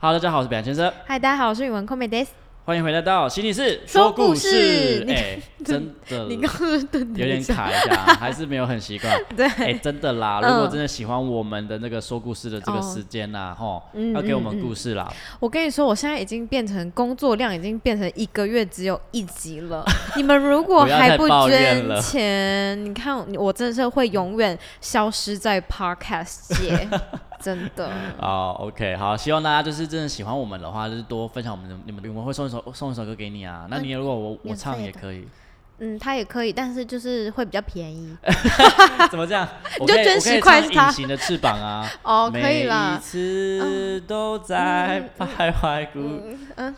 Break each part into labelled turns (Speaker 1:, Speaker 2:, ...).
Speaker 1: Hello，大家好，我是表先生，
Speaker 2: 嗨，大家好，我是语文 c o m e d e s
Speaker 1: 欢迎回来到心理室
Speaker 2: 说故事你
Speaker 1: 哎、真的
Speaker 2: 你刚刚是顿
Speaker 1: 呃有
Speaker 2: 了一
Speaker 1: 点
Speaker 2: 下，
Speaker 1: 卡一 下，还是没有很习惯。
Speaker 2: 对，
Speaker 1: 哎、真的啦，
Speaker 2: 嗯
Speaker 1: 如果真的喜欢我们的那个说故事的这个
Speaker 2: 哦
Speaker 1: 时间啦，吼、
Speaker 2: 嗯
Speaker 1: 要给我们
Speaker 2: 嗯嗯
Speaker 1: 故事啦，
Speaker 2: 我跟你说，我现在已经变成工作量已经变成一个月只有一集 了。你们如果
Speaker 1: 不要
Speaker 2: 还
Speaker 1: 再
Speaker 2: 不
Speaker 1: 抱怨
Speaker 2: 捐
Speaker 1: 了
Speaker 2: 钱，你看我真的是会永远消 失在 Podcast 界，真的。
Speaker 1: 哦、o k 好，希望大家就是真的喜欢我们的话，就是多分享我们的，你们我们会送一首送一首歌给你啊。那你如果我、我
Speaker 2: 免
Speaker 1: 唱
Speaker 2: 费
Speaker 1: 也
Speaker 2: 的
Speaker 1: 可以，
Speaker 2: 嗯，它也可以，但是就是会比较便宜
Speaker 1: 怎么这样？我
Speaker 2: 你就
Speaker 1: 可以
Speaker 2: 捐
Speaker 1: 我可以
Speaker 2: 10块
Speaker 1: 唱
Speaker 2: 是他
Speaker 1: 隐形的翅膀啊，
Speaker 2: 哦，可
Speaker 1: 每一
Speaker 2: 以啦。
Speaker 1: 次都在徘徊孤。
Speaker 2: 嗯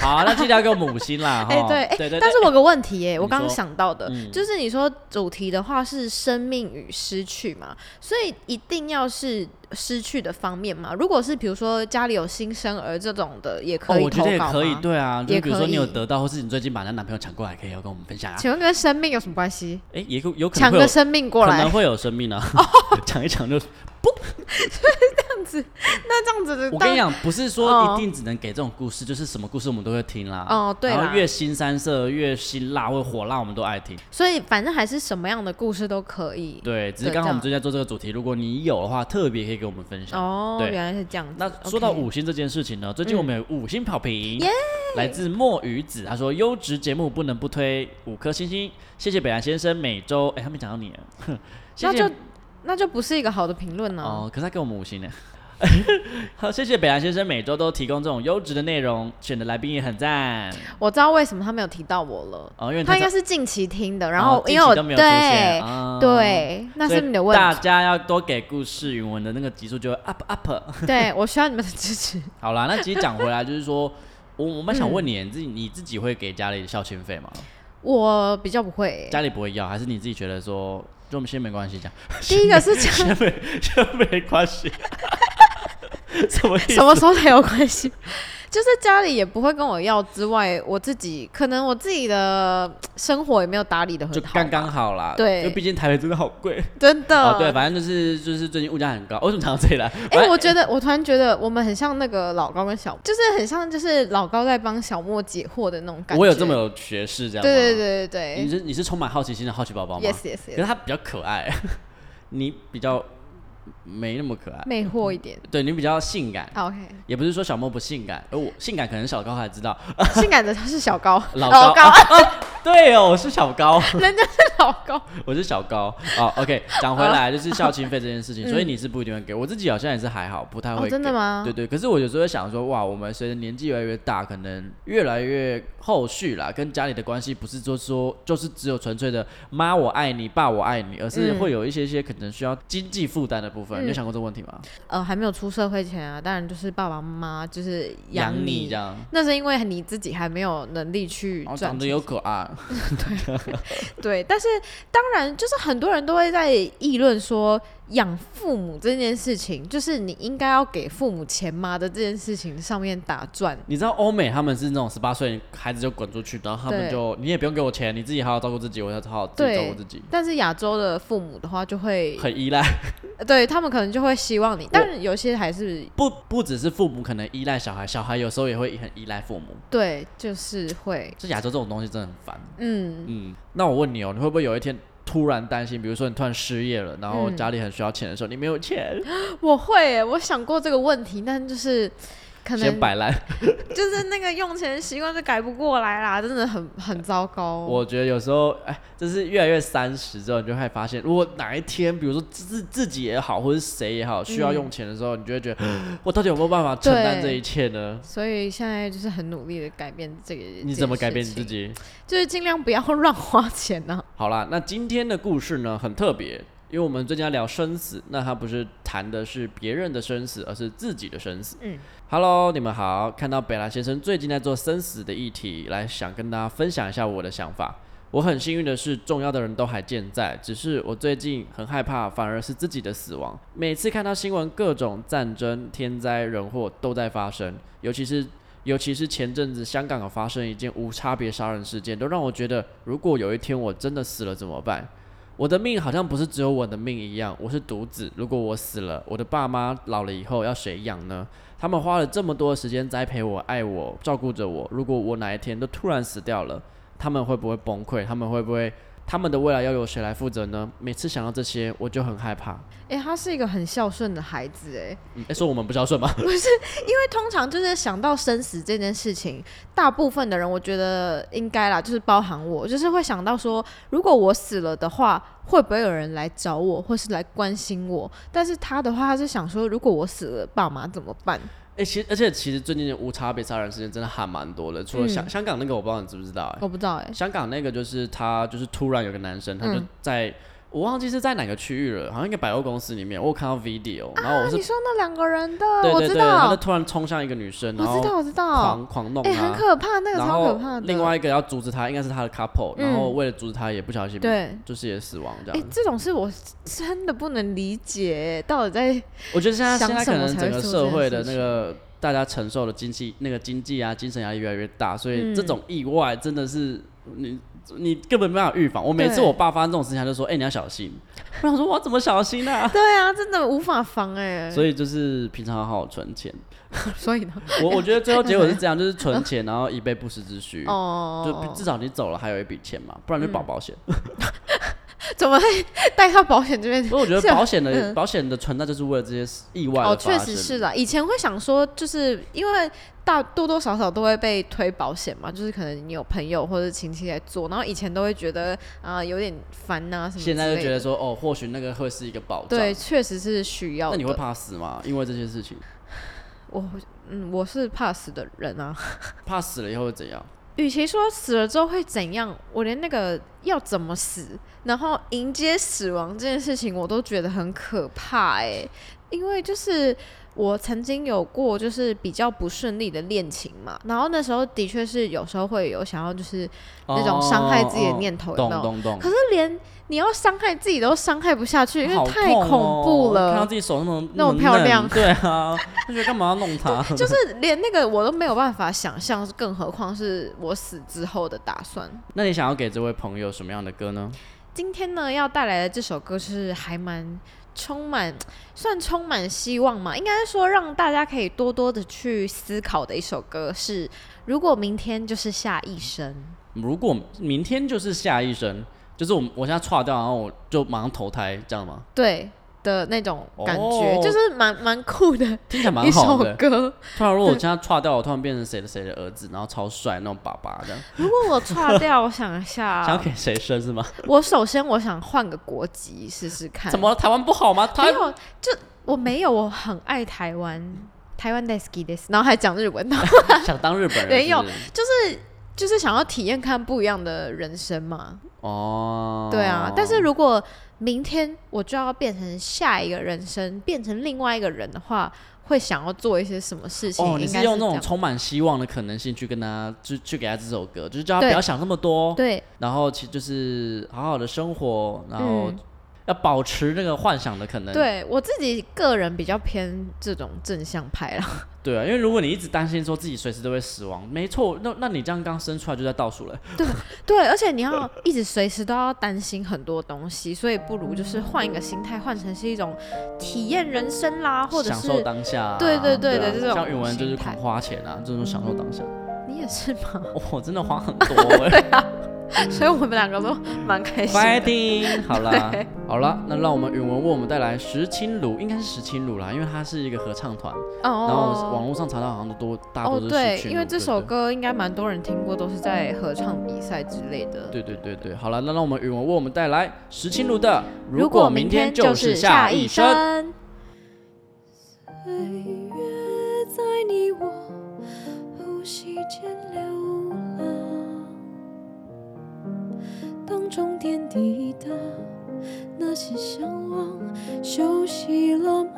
Speaker 1: 好，啊那记得要给我们五星 啦。
Speaker 2: 哎、
Speaker 1: 哈
Speaker 2: 对，哎、
Speaker 1: 哦对对，
Speaker 2: 但是我有个问题、哎，我
Speaker 1: 你
Speaker 2: 刚
Speaker 1: 说
Speaker 2: 刚想到的，
Speaker 1: 嗯
Speaker 2: 就是你说主题的话是生命与失去嘛，所以一定要是失去的方面嘛。如果是比如说家里有新生儿这种的，也
Speaker 1: 哦
Speaker 2: 可，以
Speaker 1: 我
Speaker 2: 投
Speaker 1: 觉得也
Speaker 2: 稿吗？
Speaker 1: 可以，对啊，就
Speaker 2: 也
Speaker 1: 是比如
Speaker 2: 可
Speaker 1: 说你有
Speaker 2: 以
Speaker 1: 得到，或是你最近把那男朋友抢过来，可以要跟我们分享啊。
Speaker 2: 请问跟生命有什么关系？
Speaker 1: 哎，也有有可能
Speaker 2: 抢
Speaker 1: 会有
Speaker 2: 个生命过
Speaker 1: 可
Speaker 2: 来
Speaker 1: 能，会有生 命啊， 抢一抢就。
Speaker 2: 那这样子的
Speaker 1: 我
Speaker 2: 当
Speaker 1: 跟你讲，不是说
Speaker 2: 哦
Speaker 1: 一定只能给这种故事，就是什么故事我们都会听啦。
Speaker 2: 哦对
Speaker 1: 然
Speaker 2: 啦
Speaker 1: 后越新三色、越辛辣或火辣，我们都爱听。
Speaker 2: 所以反正还是什么样的故事都可以。
Speaker 1: 对，只是
Speaker 2: 对
Speaker 1: 刚好我
Speaker 2: 这样
Speaker 1: 们最近在做这个主题，如果你有的话，特别可以给我们分享。
Speaker 2: 哦，
Speaker 1: 对
Speaker 2: 原来是这样子。
Speaker 1: 那说到
Speaker 2: OK 嗯
Speaker 1: 五星这件事情呢，最近我们有五星好评，来自墨鱼子，他说优质节目不能不推，五颗星星，谢谢北兰先生每周，哎、他没讲到你耶，哼谢
Speaker 2: 那
Speaker 1: 谢
Speaker 2: 就那就不是一个好的评论啊呢。
Speaker 1: 哦，可是他给我们五星呢。 好，谢谢北兰先生每周都提供这种优质的内容，选的来宾也很赞
Speaker 2: 我知道为什么他没有提到我了。
Speaker 1: 哦，因为
Speaker 2: 他应
Speaker 1: 在
Speaker 2: 该是近期听的，然
Speaker 1: 哦
Speaker 2: 后
Speaker 1: 近
Speaker 2: 因为
Speaker 1: 期
Speaker 2: 我
Speaker 1: 都没有出现
Speaker 2: 对、
Speaker 1: 哦
Speaker 2: 对，那
Speaker 1: 所以
Speaker 2: 是你的问
Speaker 1: 大
Speaker 2: 题，
Speaker 1: 家要多给故事云文的那个集数就会 up up。
Speaker 2: 对我需要你们的支持。
Speaker 1: 好啦，那其实讲回来就是说，我我蛮想问
Speaker 2: 嗯
Speaker 1: 你，你自己你自己会给家里孝亲费吗？
Speaker 2: 我比较不会、
Speaker 1: 家里不会要，还是你自己觉得说，就我们先没关系 这样，
Speaker 2: 第一个是讲
Speaker 1: 先没先没关系，什么意思
Speaker 2: 什？么时候才有关系， 就是家里也不会跟我要之外，我自己可能我自己的生活也没有打理的
Speaker 1: 就
Speaker 2: 很好，
Speaker 1: 刚刚好啦，
Speaker 2: 啊对嗯
Speaker 1: 就毕竟台北真的好贵
Speaker 2: 真的。
Speaker 1: 哦，对，反正就是就是最近物价很高，为什么讲到这里来？
Speaker 2: 哎、
Speaker 1: 反正
Speaker 2: 我觉得我突然觉得我们很像那个老高跟小，就是很像就是老高在帮小莫解惑的那种感觉。
Speaker 1: 我有这么有学识这样吗？
Speaker 2: 对对对
Speaker 1: 你
Speaker 2: 对
Speaker 1: 是你是充满好奇心的好奇宝宝吗
Speaker 2: 对，yes yes
Speaker 1: 可是
Speaker 2: yes，
Speaker 1: 他比较可爱， 你比较没那么可爱，
Speaker 2: 魅惑一点。
Speaker 1: 对你比较性感，
Speaker 2: 好 OK，
Speaker 1: 也不是说小莫不性感，而我性感可能小高还知道，
Speaker 2: 性感的他是小高，
Speaker 1: 老高
Speaker 2: 高，
Speaker 1: 对哦，我是小高。
Speaker 2: 人家是老高，
Speaker 1: 我是小高哦，OK，讲回来就是孝亲费这件事情，所以你是不一定会给。我自己好像也是还好，不太会给、
Speaker 2: 嗯哦真的吗
Speaker 1: 对对，可是我有时候会想说，哇，我们随着年纪越来越大，可能越来越后续啦，跟家里的关系不是说说就是只有纯粹的妈我爱你，爸我爱你，而是
Speaker 2: 嗯
Speaker 1: 会有一些些可能需要经济负担的部分。你有想过这个问题吗？
Speaker 2: 呃，还没有出社会前啊，当然就是爸爸妈妈就是
Speaker 1: 养
Speaker 2: 你
Speaker 1: 你这。样，
Speaker 2: 那是因为你自己还没有能力去
Speaker 1: 然后
Speaker 2: 赚
Speaker 1: 长得
Speaker 2: 钱，
Speaker 1: 又可爱，
Speaker 2: 对。但是当然，就是很多人都会在议论说养父母这件事情，就是你应该要给父母钱吗的这件事情上面打转。
Speaker 1: 你知道欧美他们是那种十八岁孩子就滚出去，然后他们
Speaker 2: 对
Speaker 1: 就你也不用给我钱，你自己好好照顾自己，我要好好自己照顾
Speaker 2: 对
Speaker 1: 自己，
Speaker 2: 但是亚洲的父母的话，就会
Speaker 1: 很依赖。
Speaker 2: 对他们可能就会希望你，但有些还是
Speaker 1: 不不只是父母可能依赖小孩，小孩有时候也会很依赖父母。
Speaker 2: 对，就是会
Speaker 1: 就亚洲这种东西真的很烦。
Speaker 2: 嗯
Speaker 1: 嗯，那我问你哦，你会不会有一天突然担心，比如说你突然失业了，然后
Speaker 2: 嗯
Speaker 1: 家里很需要钱的时候，你没有钱，
Speaker 2: 我会耶，我想过这个问题，但就是可
Speaker 1: 先
Speaker 2: 能
Speaker 1: 摆烂？
Speaker 2: 就是那个用钱习惯就改不过来啦，真的很很糟糕。
Speaker 1: 我觉得有时候，哎，就是越来越三十之后，你就会发现，如果哪一天，比如说自自己也好，或者是谁也好，需要用钱的时候，你就会觉得，我到底有没有办法承担这
Speaker 2: 嗯对
Speaker 1: 一切呢？
Speaker 2: 所以现在就是很努力的改变这个。
Speaker 1: 你怎么改变你
Speaker 2: 这
Speaker 1: 自
Speaker 2: 件事情？
Speaker 1: 己？
Speaker 2: 就是尽量不要乱花钱啊 呢、
Speaker 1: 好啦，那今天的故事呢很特别，因为我们最近要聊生死，那它不是谈的是别人的生死，而是自己的生死。
Speaker 2: 嗯
Speaker 1: ，Hello，你们好，看到北拉先生最近在做生死的议题，来想跟大家分享一下我的想法。我很幸运的是，重要的人都还健在，只是我最近很害怕，反而是自己的死亡。每次看到新闻，各种战争、天灾人祸都在发生，尤其是尤其是前阵子香港有发生一件无差别杀人事件，都让我觉得，如果有一天我真的死了怎么办？我的命好像不是只有我的命一样，我是独子。如果我死了，我的爸妈老了以后要谁养呢？他们花了这么多时间栽培我、爱我、照顾着我。如果我哪一天都突然死掉了，他们会不会崩溃？他们会不会？他们的未来要由谁来负责呢？每次想到这些，我就很害怕。
Speaker 2: 哎、他是一个很孝顺的孩子， 哎，
Speaker 1: 嗯，诶说我们不孝顺吗？
Speaker 2: 因为通常就是想到生死这件事情，大部分的人我觉得应该啦，就是包含我，就是会想到说，如果我死了的话，会不会有人来找我，或是来关心我？但是他的话，他是想说，如果我死了，爸妈怎么办？
Speaker 1: 哎、其实而且其实最近的无差别杀人事件真的还蛮多的，除了
Speaker 2: 嗯
Speaker 1: 香、香港那个，我不知道你知不知道、
Speaker 2: 我不知道、哎
Speaker 1: 哎，，香港那个就是他就是突然有个男生，他就
Speaker 2: 嗯
Speaker 1: 在、我忘记是在哪个区域了，好像一个百货公司里面，我有看到 video，、然后我是
Speaker 2: 啊你说那两个人的，
Speaker 1: 对对
Speaker 2: 我知
Speaker 1: 对，他就
Speaker 2: 道，
Speaker 1: 突然冲向一个女生，然
Speaker 2: 我知道，
Speaker 1: 后
Speaker 2: 我知道，
Speaker 1: 狂狂弄
Speaker 2: 哎、
Speaker 1: 她
Speaker 2: 很可怕，那个
Speaker 1: 然
Speaker 2: 超可
Speaker 1: 后
Speaker 2: 怕的。
Speaker 1: 另外一个要阻止他，应该是他的 couple，、然后
Speaker 2: 嗯
Speaker 1: 为了阻止他也不小心
Speaker 2: 对，
Speaker 1: 就是也死亡这
Speaker 2: 哎、
Speaker 1: 样。
Speaker 2: 这种事我真的不能理解，到底在
Speaker 1: 我觉得现在
Speaker 2: 想
Speaker 1: 现在
Speaker 2: 什
Speaker 1: 可
Speaker 2: 么
Speaker 1: 能
Speaker 2: 才
Speaker 1: 整
Speaker 2: 会
Speaker 1: 个
Speaker 2: 做
Speaker 1: 社
Speaker 2: 这
Speaker 1: 会
Speaker 2: 件
Speaker 1: 的
Speaker 2: 事
Speaker 1: 那个大家承受的经济那个经济啊精神压力越来越大，所
Speaker 2: 嗯
Speaker 1: 以这种意外真的是你你根本没办法预防。我每次
Speaker 2: 对
Speaker 1: 我爸发生这种事情，他就说：“哎、你要小心。”然后我说：“我怎么小心呢、啊
Speaker 2: 对啊，真的无法防哎、？”
Speaker 1: 所以就是平常好好存钱。
Speaker 2: 所以呢，
Speaker 1: 我我觉得最后结果是这样，就是存钱，然后以备不时之需。就
Speaker 2: 哦嗯
Speaker 1: 至，少你走了还有一笔钱嘛，不然就保保险。
Speaker 2: 怎么会带到保险这 边？
Speaker 1: 所以我觉得
Speaker 2: 是啊
Speaker 1: 保险的保险的存在就是为了这些意外
Speaker 2: 哦，
Speaker 1: 的发
Speaker 2: 确实是
Speaker 1: 生。
Speaker 2: 啦。以前会想说，就是因为大多多少少都会被推保险嘛，就是可能你有朋友或者亲戚在做，然后以前都会觉得啊、有点烦呐、什么之
Speaker 1: 现
Speaker 2: 类的。
Speaker 1: 在就觉得说，哦，或许那个会是一个保障。
Speaker 2: 对，确实是需要
Speaker 1: 那
Speaker 2: 的。
Speaker 1: 你会怕死吗？因为这些事情，
Speaker 2: 我嗯，我是怕死的人啊。
Speaker 1: 怕死了以后会怎样？
Speaker 2: 与其说死了之后会怎样，我连那个要怎么死，然后迎接死亡这件事情，我都觉得很可怕哎、因为就是我曾经有过就是比较不顺利的恋情嘛，然后那时候的确是有时候会有想要就是那种伤害自己的念头
Speaker 1: 哦
Speaker 2: 有
Speaker 1: 懂
Speaker 2: 没有
Speaker 1: 懂懂
Speaker 2: 可。是连你要伤害自己都伤害不下去，因
Speaker 1: 好
Speaker 2: 为太
Speaker 1: 痛哦
Speaker 2: 恐怖
Speaker 1: 看到
Speaker 2: 了。
Speaker 1: 自己手那么
Speaker 2: 那么漂
Speaker 1: 嫩
Speaker 2: 亮
Speaker 1: 对啊，就觉得干嘛要弄它？
Speaker 2: 就是连那个我都没有办法想象，更何况是我死之后的打算。
Speaker 1: 那你想要给这位朋友什么样的歌呢？
Speaker 2: 今天呢要带来的这首歌是还蛮充满，算充满希望嘛，应该说让大家可以多多的去思考的一首歌是。如果明天就是下一生，
Speaker 1: 如果明天就是下一生，就是我我现在岔掉，然后我就马上投胎，这样吗？
Speaker 2: 对的那种感觉，
Speaker 1: 哦
Speaker 2: 就是蛮蛮酷的
Speaker 1: 听起来蛮
Speaker 2: 一
Speaker 1: 好
Speaker 2: 首
Speaker 1: 的。
Speaker 2: 歌。
Speaker 1: 突然，如果我现在岔掉，我突然变成谁的谁的儿子，然后超帅那种爸爸这样，
Speaker 2: 如果我岔掉，我想 一
Speaker 1: 想
Speaker 2: 下
Speaker 1: 要，给谁生是吗？
Speaker 2: 我首先我想换个国籍试试看。
Speaker 1: 怎么了台湾不好吗？
Speaker 2: 没
Speaker 1: 台
Speaker 2: 有？就我没有，我很爱台湾，台湾 d e s k i d 然后还讲日文，
Speaker 1: 想当日本人
Speaker 2: 没有
Speaker 1: 是不是
Speaker 2: 就是就是想要体验看不一样的人生嘛。
Speaker 1: 哦，
Speaker 2: 对啊，但是如果明天我就要变成下一个人生，变成另外一个人的话，会想要做一些什么事情？
Speaker 1: 哦，你
Speaker 2: 应该
Speaker 1: 是用
Speaker 2: 这
Speaker 1: 那种
Speaker 2: 样。
Speaker 1: 充满希望的可能性去跟他，就去给他这首歌，就是叫他
Speaker 2: 对
Speaker 1: 不要想那么多，
Speaker 2: 对
Speaker 1: 然后其就是好好的生活，然后
Speaker 2: 嗯
Speaker 1: 要保持那个幻想的可能。
Speaker 2: 对，我自己个人比较偏这种正向派啦。
Speaker 1: 对啊，因为如果你一直担心说自己随时都会死亡，没错，那那你这样刚生出来就在倒数了。
Speaker 2: 啊对，而且你要一直随时都要担心很多东西，所以不如就是换一个心态，换成是一种体验人生啦，或者
Speaker 1: 享受
Speaker 2: 是
Speaker 1: 当下、啊，
Speaker 2: 对对对
Speaker 1: 啊
Speaker 2: 对这种
Speaker 1: 像语文就是
Speaker 2: 心态嗯
Speaker 1: 狂花钱啊，这种享受当下，
Speaker 2: 你也是嘛。
Speaker 1: 我、真的花很 多哎、
Speaker 2: 所以我们两个都蛮开心的。
Speaker 1: fighting，好啦
Speaker 2: 对，
Speaker 1: 好啦，那让我们允文为我们带来石青鲁，应该是石青鲁啦，因为它是一个合唱团，
Speaker 2: 哦
Speaker 1: 然后网络上查到好像都多大多
Speaker 2: 哦，
Speaker 1: 都是
Speaker 2: 对
Speaker 1: 石，青
Speaker 2: 因为
Speaker 1: 鲁
Speaker 2: 这首，歌应该蛮多人听过，都是在合唱比赛之类的。
Speaker 1: 对对对对对，好了，那让我们允文为我们带来石青鲁的，
Speaker 2: 如果明天就是下一。生，
Speaker 3: 岁月在你我呼吸间流浪，当终点抵达，那些向往休息了吗？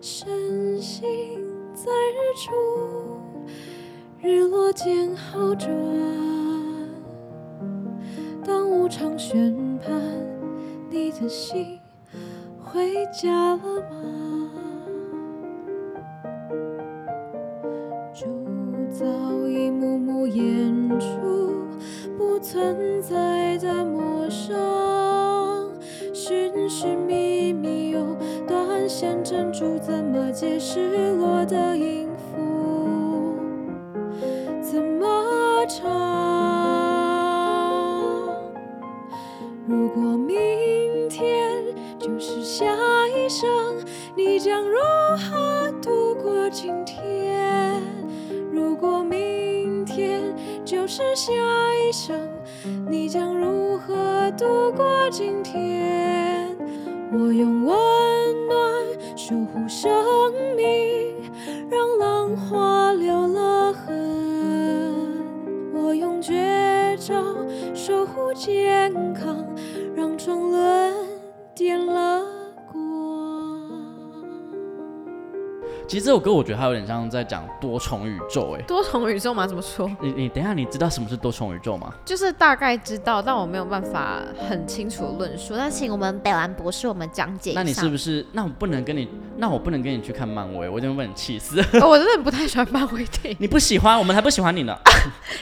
Speaker 3: 身心在日出日落间好转，当无常宣判。你的心回家了吗？就早一幕幕演出，存在的陌生，寻寻觅觅又断线珍珠，怎么解释落的音符？怎么唱？如果明天就是下一生，你将如何度过今天？如果明天就是下一生，你将如何度过今天？我用温暖守护生命，让浪花留了痕。我用绝招守护健康，让转轮点了光。
Speaker 1: 其实这首歌我觉得它有点像在讲多重宇宙、欸，
Speaker 2: 多重宇宙嘛，怎么说？
Speaker 1: 你你等一下，你知道什么是多重宇宙吗？
Speaker 2: 就是大概知道，但我没有办法很清楚的论述。那请我们北兰博士我们讲解一下。
Speaker 1: 那你是不是？那我不能跟你，那我不能跟你去看漫威，我一定会被你气死。
Speaker 2: 哦我真的不太喜欢漫威电 影，
Speaker 1: 你不喜欢，我们还不喜欢你呢。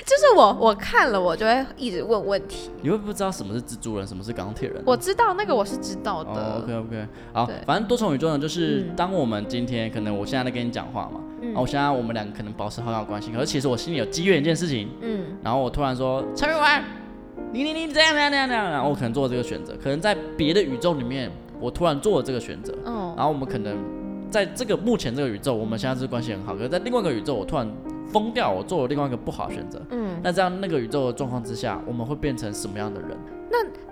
Speaker 2: 就是我我看了我就会一直问问题。
Speaker 1: 你会不知道什么是蜘蛛人，什么是钢铁人？
Speaker 2: 我知道那个我是知道的，
Speaker 1: 哦、OK OK，好
Speaker 2: 对，
Speaker 1: 反正多重宇宙呢，就是
Speaker 2: 嗯
Speaker 1: 当我们今天可能我现在在跟你讲话嘛，
Speaker 2: 嗯
Speaker 1: 然后我现在我们两个可能保持很好的关系，可是其实我心里有积怨一件事情，
Speaker 2: 嗯，
Speaker 1: 然后我突然说陈玉完，你你你这样这样这样这样，然后我可能做了这个选择，可能在别的宇宙里面我突然做了这个选择，
Speaker 2: 哦，
Speaker 1: 然后我们可能在这个目前这个宇宙我们现在是关系很好，可是在另外一个宇宙我突然疯掉，我做了另外一个不好的选择。
Speaker 2: 嗯，
Speaker 1: 那这样那个宇宙的状况之下，我们会变成什么样的人？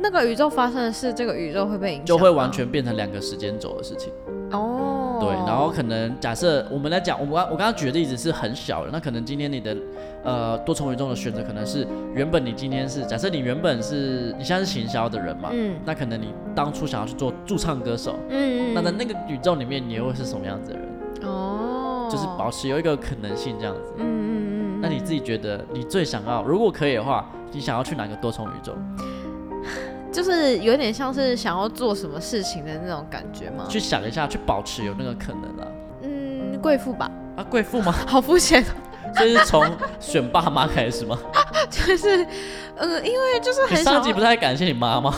Speaker 2: 那个宇宙发生的事，这个宇宙会被影响吗，
Speaker 1: 就会完全变成两个时间轴的事情。
Speaker 2: 哦，
Speaker 1: 对，然后可能假设我们来讲，我们刚我刚刚举的例子是很小的，那可能今天你的呃多重宇宙的选择可能是原本你今天是假设你原本是你现在是行销的人嘛，
Speaker 2: 嗯
Speaker 1: 那可能你当初想要去做驻唱歌手，
Speaker 2: 嗯，
Speaker 1: 那在那个宇宙里面你又会是什么样子的人？
Speaker 2: 哦，
Speaker 1: 就是保持有一个可能性这样子。
Speaker 2: 嗯嗯嗯，
Speaker 1: 那你自己觉得你最想要，如果可以的话，你想要去哪个多重宇宙？
Speaker 2: 就是有点像是想要做什么事情的那种感觉吗？
Speaker 1: 去想一下，去保持有那个可能啊。
Speaker 2: 嗯，贵妇吧，
Speaker 1: 啊，贵妇吗？
Speaker 2: 好肤浅
Speaker 1: 所以是从选爸妈开始吗？
Speaker 2: 就是，嗯，因为就是
Speaker 1: 你
Speaker 2: 很
Speaker 1: 上
Speaker 2: 想
Speaker 1: 一集不
Speaker 2: 要，
Speaker 1: 是还感谢你妈吗？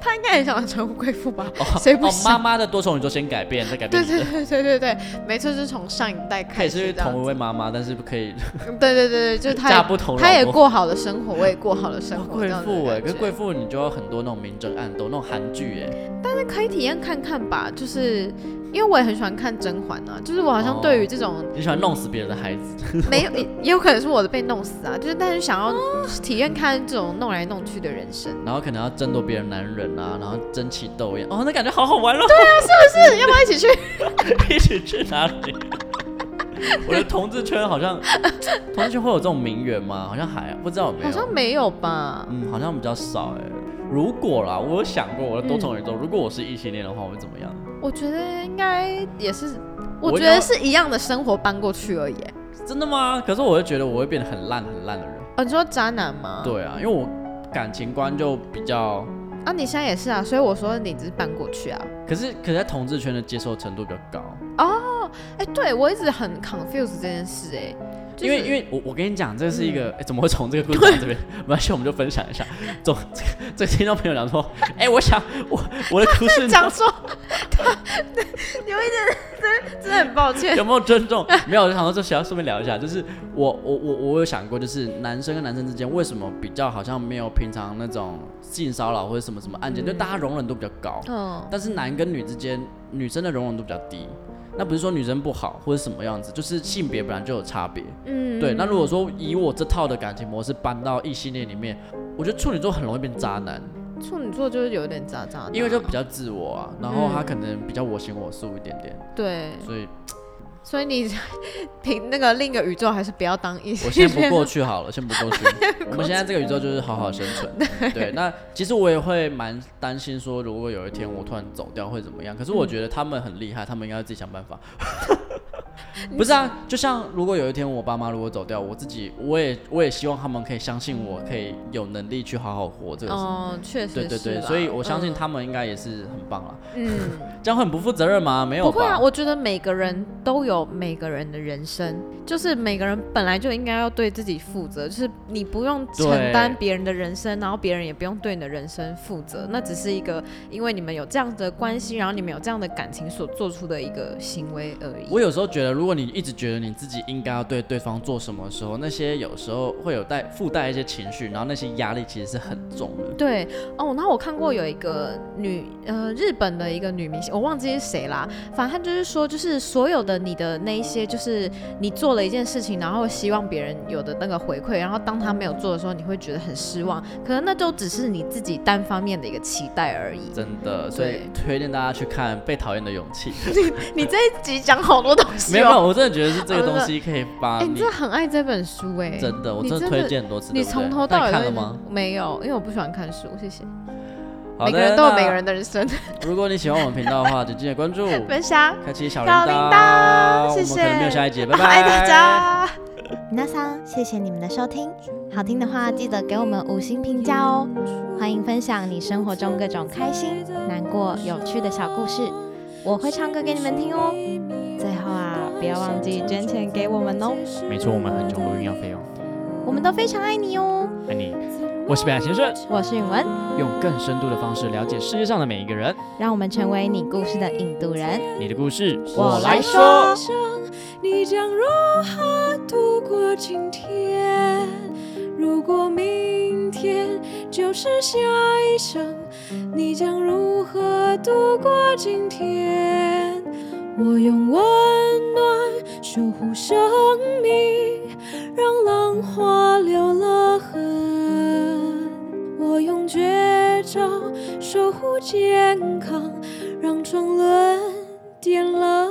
Speaker 2: 他应该很想成为贵妇吧？
Speaker 1: 哦
Speaker 2: 谁 不
Speaker 1: 哦，
Speaker 2: 是
Speaker 1: 妈妈的多重宇宙先改变，再改变
Speaker 2: 对
Speaker 1: 你
Speaker 2: 对
Speaker 1: 的。
Speaker 2: 对对对对，没错，就是从上一代
Speaker 1: 她
Speaker 2: 开
Speaker 1: 也
Speaker 2: 始
Speaker 1: 是
Speaker 2: 这样
Speaker 1: 同一位妈妈，但是不可 以
Speaker 2: 嗯对对对对，就是他
Speaker 1: 嫁
Speaker 2: 也
Speaker 1: 不同
Speaker 2: 他也
Speaker 1: 老公。
Speaker 2: 过好了生活，我也过好了生
Speaker 1: 哦
Speaker 2: 活，
Speaker 1: 贵
Speaker 2: 这样子的
Speaker 1: 妇哎，
Speaker 2: 感
Speaker 1: 跟
Speaker 2: 觉
Speaker 1: 贵妇你就有很多那种明争暗斗，那种韩剧哎，
Speaker 2: 但是可以体验看看吧，就是因为我也很喜欢看甄嬛啊，就是我好像对
Speaker 1: 哦
Speaker 2: 于这 种、
Speaker 1: 你喜欢弄死别人的孩子，
Speaker 2: 没有，也也有可能是我的被弄死啊，就是但是想要
Speaker 1: 哦
Speaker 2: 体验看这种弄来弄去的人生，
Speaker 1: 然后可能要争夺别人男人啊，然后争奇斗艳，哦，那感觉好好玩哦，
Speaker 2: 啊 是要不要一起去？
Speaker 1: 一起去哪里？我觉得同志圈好像，同志圈会有这种名媛吗？好像还不知道有没有，
Speaker 2: 好像没有吧？
Speaker 1: 嗯，好像比较少哎。如果啦，我有想过我的多重宇宙，如果我是异性恋的话，我会怎么样？
Speaker 2: 我觉得应该也是，
Speaker 1: 我
Speaker 2: 我觉
Speaker 1: 要
Speaker 2: 得是一样的生活搬过去而已欸。
Speaker 1: 真的吗？可是我会觉得我会变得很烂很烂的人。
Speaker 2: 哦，你说渣男吗？。
Speaker 1: 对啊，因为我感情观就比较，
Speaker 2: 啊，你现在也是啊，所以我说你只是搬过去啊。
Speaker 1: 可是可是在同志圈的接受程度比较高，
Speaker 2: 哎、对我一直很 confused 这件事、哎，就是嗯
Speaker 1: 因为因为我我跟你讲，这是一个、哎怎么会从这个故事讲到这边？没关系，我们就分享一下。总 这个这个听众朋友讲 说，哎、我想我我的故事
Speaker 2: 讲说 他有一点真真的很抱歉。
Speaker 1: 有没有尊重？没有，我就想说这想要顺便聊一下，就是我我我我有想过，就是男生跟男生之间为什么比较好像没有平常那种性骚扰或者什么什么案件，就大家容忍度比较高，
Speaker 2: 嗯，
Speaker 1: 但是男跟女之间，女生的容忍度比较低。那不是说女生不好或者什么样子，就是性别本来就有差别。
Speaker 2: 嗯，
Speaker 1: 对，那如果说以我这套的感情模式搬到异性恋里面，我觉得处女座很容易变渣男，
Speaker 2: 处女座就是有点渣渣的啊，
Speaker 1: 因为就比较自我啊，然后他可能比较我行我素一点点，
Speaker 2: 嗯对，
Speaker 1: 所以
Speaker 2: 所以你 凭那个另一个宇宙还是不要当异
Speaker 1: 我
Speaker 2: 性
Speaker 1: 先
Speaker 2: 恋。
Speaker 1: 不过去 好了，先不过去。我们现在这个宇宙就是好好生存。对，那其实我也会蛮担心说，如
Speaker 2: 嗯
Speaker 1: 果有一天我突然走掉会怎么样？可是我觉得他们很厉害，他们应该自己想办法。不是啊，就像如果有一天我爸妈如果走掉，我自己我也我也希望他们可以相信我，可以有能力去好好活这个事情。
Speaker 2: 哦，确实
Speaker 1: 对对对，
Speaker 2: 是啦
Speaker 1: 所以我相信
Speaker 2: 嗯
Speaker 1: 他们应该也是很棒啦。
Speaker 2: 嗯
Speaker 1: 这样会很不负责任吗？没有
Speaker 2: 不会啊，
Speaker 1: 吧？
Speaker 2: 我觉得每个人都有每个人的人生，就是每个人本来就应该要对自己负责，就是你不用承担
Speaker 1: 对
Speaker 2: 别人的人生，然后别人也不用对你的人生负责，那只是一个因为你们有这样的关系，然后你们有这样的感情所做出的一个行为而已。
Speaker 1: 我有时候觉得，如果你一直觉得你自己应该要对对方做什么的时候，那些有时候会有带附带一些情绪，然后那些压力其实是很重的。
Speaker 2: 对哦，然后我看过有一个女呃日本的一个女明星，我忘记是谁啦，反正她就是说，就是所有的你的那一些，就是你做了一件事情，然后希望别人有的那个回馈，然后当他没有做的时候，你会觉得很失望，可能那就只是你自己单方面的一个期待而已。
Speaker 1: 真的，所以推荐大家去看《被讨厌的勇气》
Speaker 2: 哦你这一集讲好多东西、
Speaker 1: 没
Speaker 2: 哦，
Speaker 1: 有，没有，我真的觉得是这个
Speaker 2: 哦真
Speaker 1: 东
Speaker 2: 的
Speaker 1: 西可以把
Speaker 2: 哎、你
Speaker 1: 你
Speaker 2: 真的很爱这本书哎、
Speaker 1: 真的，我
Speaker 2: 你
Speaker 1: 真的
Speaker 2: 真的
Speaker 1: 推荐很多次。
Speaker 2: 你
Speaker 1: 对不对
Speaker 2: 从
Speaker 1: 那
Speaker 2: 头到尾
Speaker 1: 你
Speaker 2: 都
Speaker 1: 看
Speaker 2: 在
Speaker 1: 了吗？
Speaker 2: 没有，因为我不喜欢看书，谢谢。
Speaker 1: 好
Speaker 2: 每
Speaker 1: 的，
Speaker 2: 个人都有
Speaker 1: 那
Speaker 2: 每个人的人生。
Speaker 1: 如果你喜欢我们频道的话，请记得关 注、
Speaker 2: 分享。
Speaker 1: 开启小铃
Speaker 2: 小铃铛，谢
Speaker 1: 我
Speaker 2: 谢，
Speaker 1: 们可能没有下一节， 拜拜，
Speaker 2: 爱大。家。
Speaker 4: 皆さん，谢谢你们的收听，好听的话记得给我们五星评价哦。欢迎分享你生活中各种开心、难过、有趣的小故事，我会唱歌给你们听哦。最后啊，不要忘记捐钱给我们哦，
Speaker 5: 没错，我们很穷，录音要费用。
Speaker 4: 我们都非常爱你哦。
Speaker 5: 爱你，我是北岸先生，
Speaker 4: 我是允文，
Speaker 5: 用更深度的方式了解世界上的每一个人。
Speaker 4: 让我们成为你故事的引渡人。
Speaker 5: 你的故事，
Speaker 4: 我来说
Speaker 3: 你将如何度过今天？如果明天就是下一生，你将如何度过今天？我用温暖守护生命，让浪花留了痕。我用绝招守护健康，让转轮点了。